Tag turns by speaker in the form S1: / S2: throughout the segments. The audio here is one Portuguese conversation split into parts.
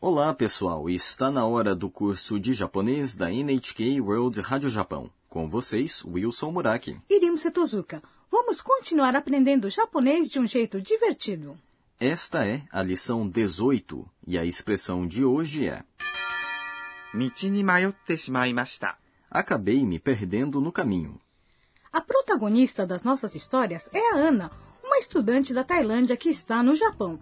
S1: Olá, pessoal! Está na hora do curso de japonês da NHK World Rádio Japão. Com vocês, Wilson Muraki.
S2: Irimse Tozuka, vamos continuar aprendendo japonês de um jeito divertido.
S1: Esta é a lição 18 e a expressão de hoje é
S3: 道に迷ってしまいました。
S1: Acabei me perdendo no caminho.
S2: A protagonista das nossas histórias é a Ana, uma estudante da Tailândia que está no Japão.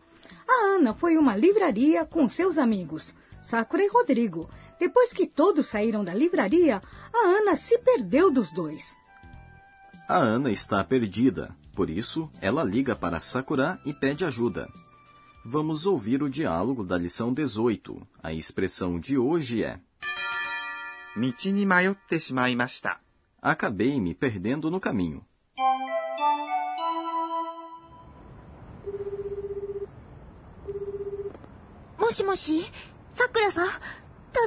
S2: A Ana foi uma livraria com seus amigos, Sakura e Rodrigo. Depois que todos saíram da livraria, a Ana se perdeu dos dois.
S1: A Ana está perdida, por isso ela liga para Sakura e pede ajuda. Vamos ouvir o diálogo da lição 18. A expressão de hoje é
S3: 道に迷ってしまいました。
S1: Acabei me perdendo no caminho.
S4: もしもし、さくらさん、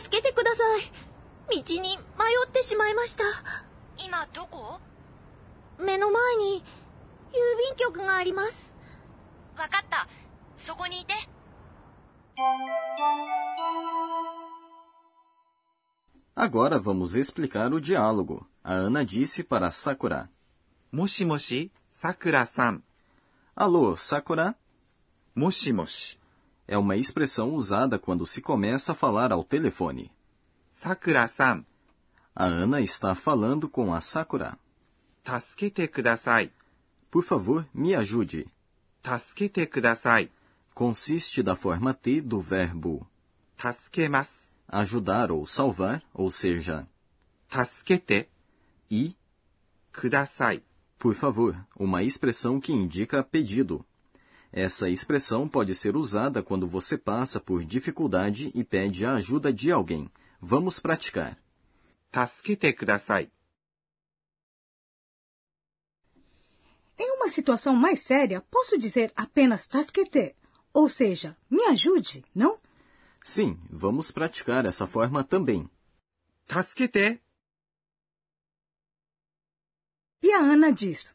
S4: 助けてください。道に迷ってしまいました。今どこ目の前に郵便局があります。わかった。そこにいて。
S1: Agora vamos explicar o diálogo. A Ana disse para Sakura:
S3: もしもし、さくらさん。
S1: Alô, Sakura?
S3: もしもし、
S1: É uma expressão usada quando se começa a falar ao telefone.
S3: さくらさん。
S1: A Ana está falando com a Sakura.
S3: 助けてください。
S1: Por favor, me ajude.
S3: 助けてください。
S1: Consiste da forma T do verbo
S3: 助けます。
S1: ajudar ou salvar, ou seja,
S3: 助けて
S1: e,
S3: ください。
S1: por favor, uma expressão que indica pedido. Essa expressão pode ser usada quando você passa por dificuldade e pede a ajuda de alguém. Vamos praticar.
S3: 助けてください。
S2: Em uma situação mais séria, posso dizer apenas tasquete, ou seja, me ajude, não?
S1: Sim, vamos praticar essa forma também.
S3: 助けて
S2: E a Ana diz: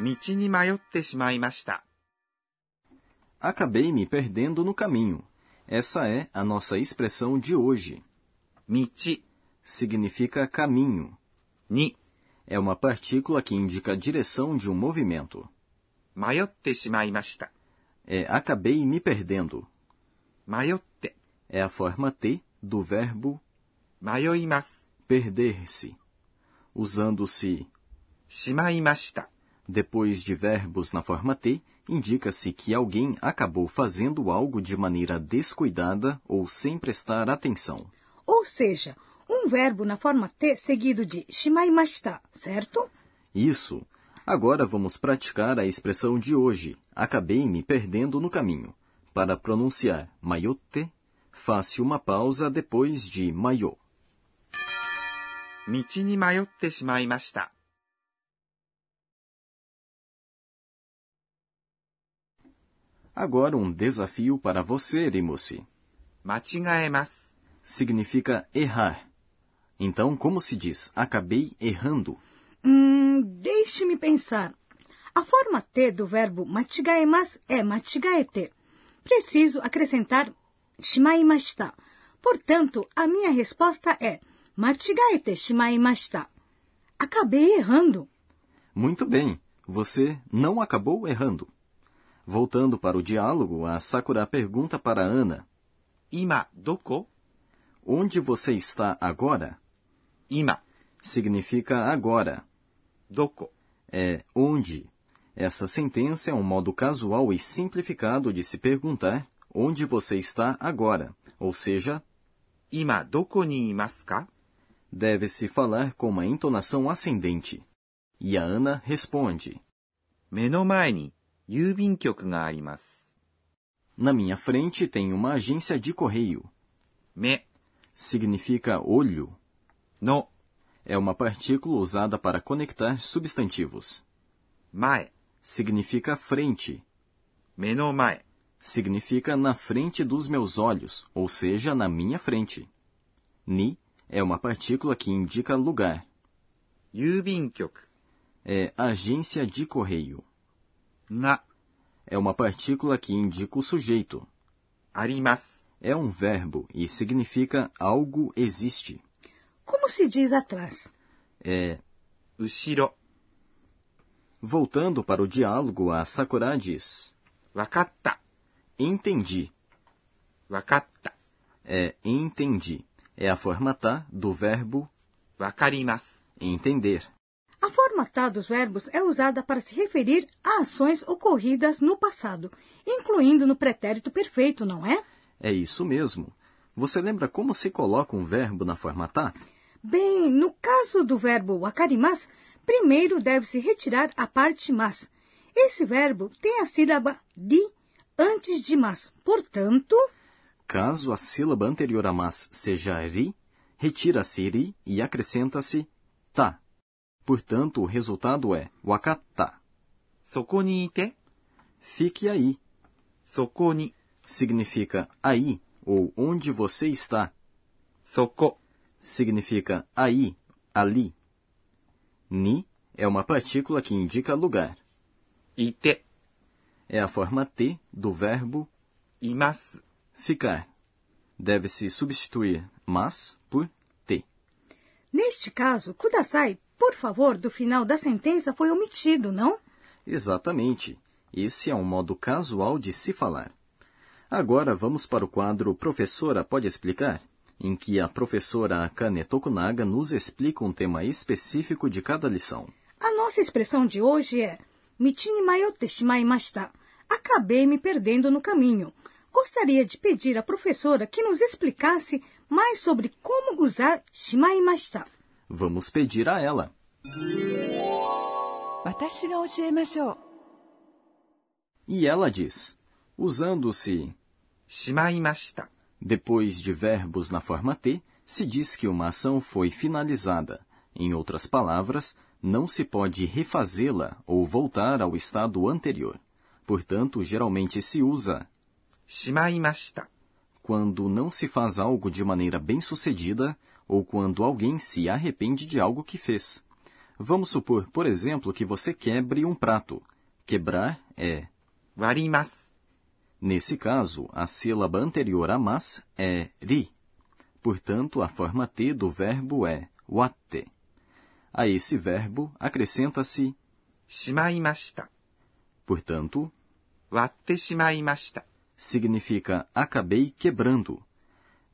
S3: 道に迷ってしまいました。
S1: Acabei me perdendo no caminho. Essa é a nossa expressão de hoje.
S3: 道
S1: Significa caminho.
S3: に
S1: É uma partícula que indica a direção de um movimento.
S3: 迷ってしまいました。
S1: É acabei me perdendo.
S3: 迷って、
S1: É a forma T do verbo
S3: 迷います。
S1: perder-se, usando-se
S3: しまいました。
S1: depois de verbos na forma T, indica-se que alguém acabou fazendo algo de maneira descuidada ou sem prestar atenção.
S2: ou seja, um verbo na forma T seguido de shimaimashita, certo?
S1: Isso. Agora vamos praticar a expressão de hoje. Acabei me perdendo no caminho. Para pronunciar maiote, faça uma pausa depois de maiô.
S3: 道に迷ってしまいました。
S1: Agora um desafio para você, Erimusi.
S3: 間違えます。
S1: Significa errar. Então, como se diz acabei errando?
S2: Hum, deixe-me pensar. A forma T do verbo matigaemas é matigaete. Preciso acrescentar shimaimashita. Portanto, a minha resposta é matigaete shimaimashita. Acabei errando.
S1: Muito bem, você não acabou errando. Voltando para o diálogo, a Sakura pergunta para Ana:
S3: 今、どこ
S1: Onde você está agora?
S3: 今、
S1: significa agora,
S3: どこ
S1: é onde. Essa sentença é um modo casual e simplificado de se perguntar onde você está agora, ou seja,
S3: 今どこにいますか
S1: deve-se falar com uma entonação ascendente. E a Ana responde:
S3: 目の前に郵便局があります。
S1: Na minha frente tem uma agência de correio.
S3: 目
S1: Significa olho.
S3: の
S1: É uma partícula usada para conectar substantivos.
S3: 前、
S1: Significa frente.
S3: 目の前、
S1: significa na frente dos meus olhos, ou seja, na minha frente. Ni é uma partícula que indica lugar.
S3: 郵便局
S1: É agência de correio.
S3: が
S1: É uma partícula que indica o sujeito.
S3: あります。
S1: É um verbo e significa algo existe.
S2: Como se diz atrás?
S1: É.
S3: 後ろ、
S1: Voltando para o diálogo, a Sakura diz:
S3: わかった、
S1: Entendi.
S3: わかった、
S1: É entendi. É a formatar do verbo
S3: わかります。
S1: entender.
S2: A forma tá dos verbos é usada para se referir a ações ocorridas no passado, incluindo no pretérito perfeito, não é?
S1: É isso mesmo. Você lembra como se coloca um verbo na formatar?
S2: Bem, no caso do verbo wakarimas, primeiro deve-se retirar a parte mas. Esse verbo tem a sílaba de antes de mas. Portanto,
S1: Caso a sílaba anterior a mas seja ri, retira-se ri e acrescenta-se ta. Portanto, o resultado é wakata.
S3: そこにいて、
S1: Fique aí.
S3: そこに、
S1: Significa aí ou onde você está.
S3: そこ、
S1: Significa aí, ali. Ni é uma partícula que indica lugar.
S3: いて、
S1: É a forma T do verbo
S3: います。
S1: ficar. Deve-se substituir mas por te.
S2: neste caso, kudasai, por favor, do final da sentença foi omitido, não?
S1: Exatamente. Esse é um modo casual de se falar. Agora vamos para o quadro Professora Pode Explicar, em que a professora Akane Tokunaga nos explica um tema específico de cada lição.
S2: A nossa expressão de hoje é Michi ni mayotte shimaimashita. Acabei me perdendo no caminho. Gostaria de pedir à professora que nos explicasse mais sobre como usar shimaimashita.
S1: Vamos pedir a ela.
S5: 私が教えましょう
S1: E ela diz: usando-se
S3: しまいました。
S1: Depois de verbos na forma T, se diz que uma ação foi finalizada. Em outras palavras, não se pode refazê-la ou voltar ao estado anterior. Portanto, geralmente se usa
S3: しまいました。
S1: quando não se faz algo de maneira bem-sucedida ou quando alguém se arrepende de algo que fez. Vamos supor, por exemplo, que você quebre um prato. Quebrar é.
S3: 割ります。
S1: Nesse caso, a sílaba anterior a mas é ri. Portanto, a forma T do verbo é watte. A esse verbo acrescenta-se,
S3: しまいました。
S1: portanto,
S3: 割ってしまいました。
S1: significa acabei quebrando.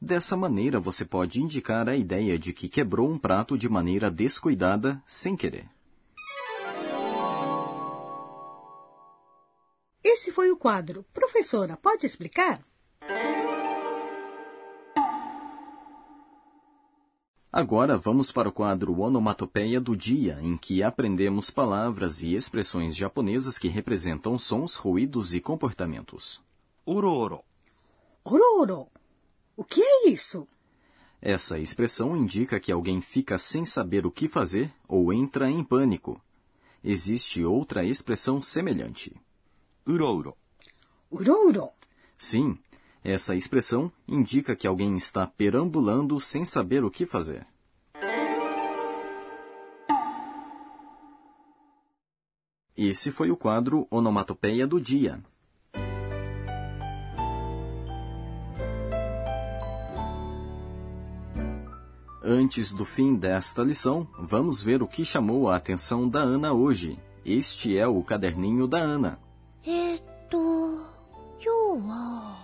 S1: Dessa maneira, você pode indicar a ideia de que quebrou um prato de maneira descuidada, sem querer.
S2: Esse foi o quadro. Professora, pode explicar?
S1: Agora vamos para o quadro Onomatopeia do Dia, em que aprendemos palavras e expressões japonesas que representam sons, ruídos e comportamentos.
S3: おろおろ、
S2: Ororo. O que é isso?
S1: Essa expressão indica que alguém fica sem saber o que fazer ou entra em pânico. Existe outra expressão semelhante.
S3: うろうろ、
S2: Ororo.
S1: Sim, essa expressão indica que alguém está perambulando sem saber o que fazer. Esse foi o quadro Onomatopeia do Dia. Antes do fim desta lição, vamos ver o que chamou a atenção da Ana hoje. Este é o caderninho da Ana.
S4: えーっと、今日は、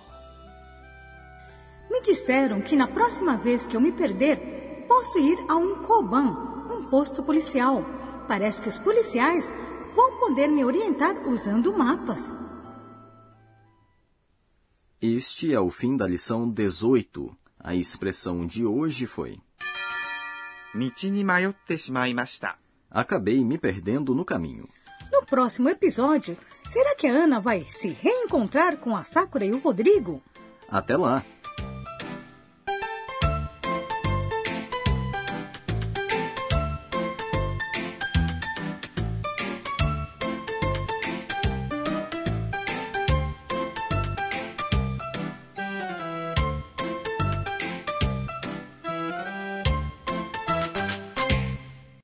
S2: Me disseram que na próxima vez que eu me perder, posso ir a um Koban, um posto policial. Parece que os policiais vão poder me orientar usando mapas.
S1: Este é o fim da lição 18. A expressão de hoje foi:
S3: 道に迷ってしまいました。
S1: Acabei me perdendo no caminho.
S2: No próximo episódio, será que a Ana vai se reencontrar com a Sakura e o Rodrigo?
S1: Até lá!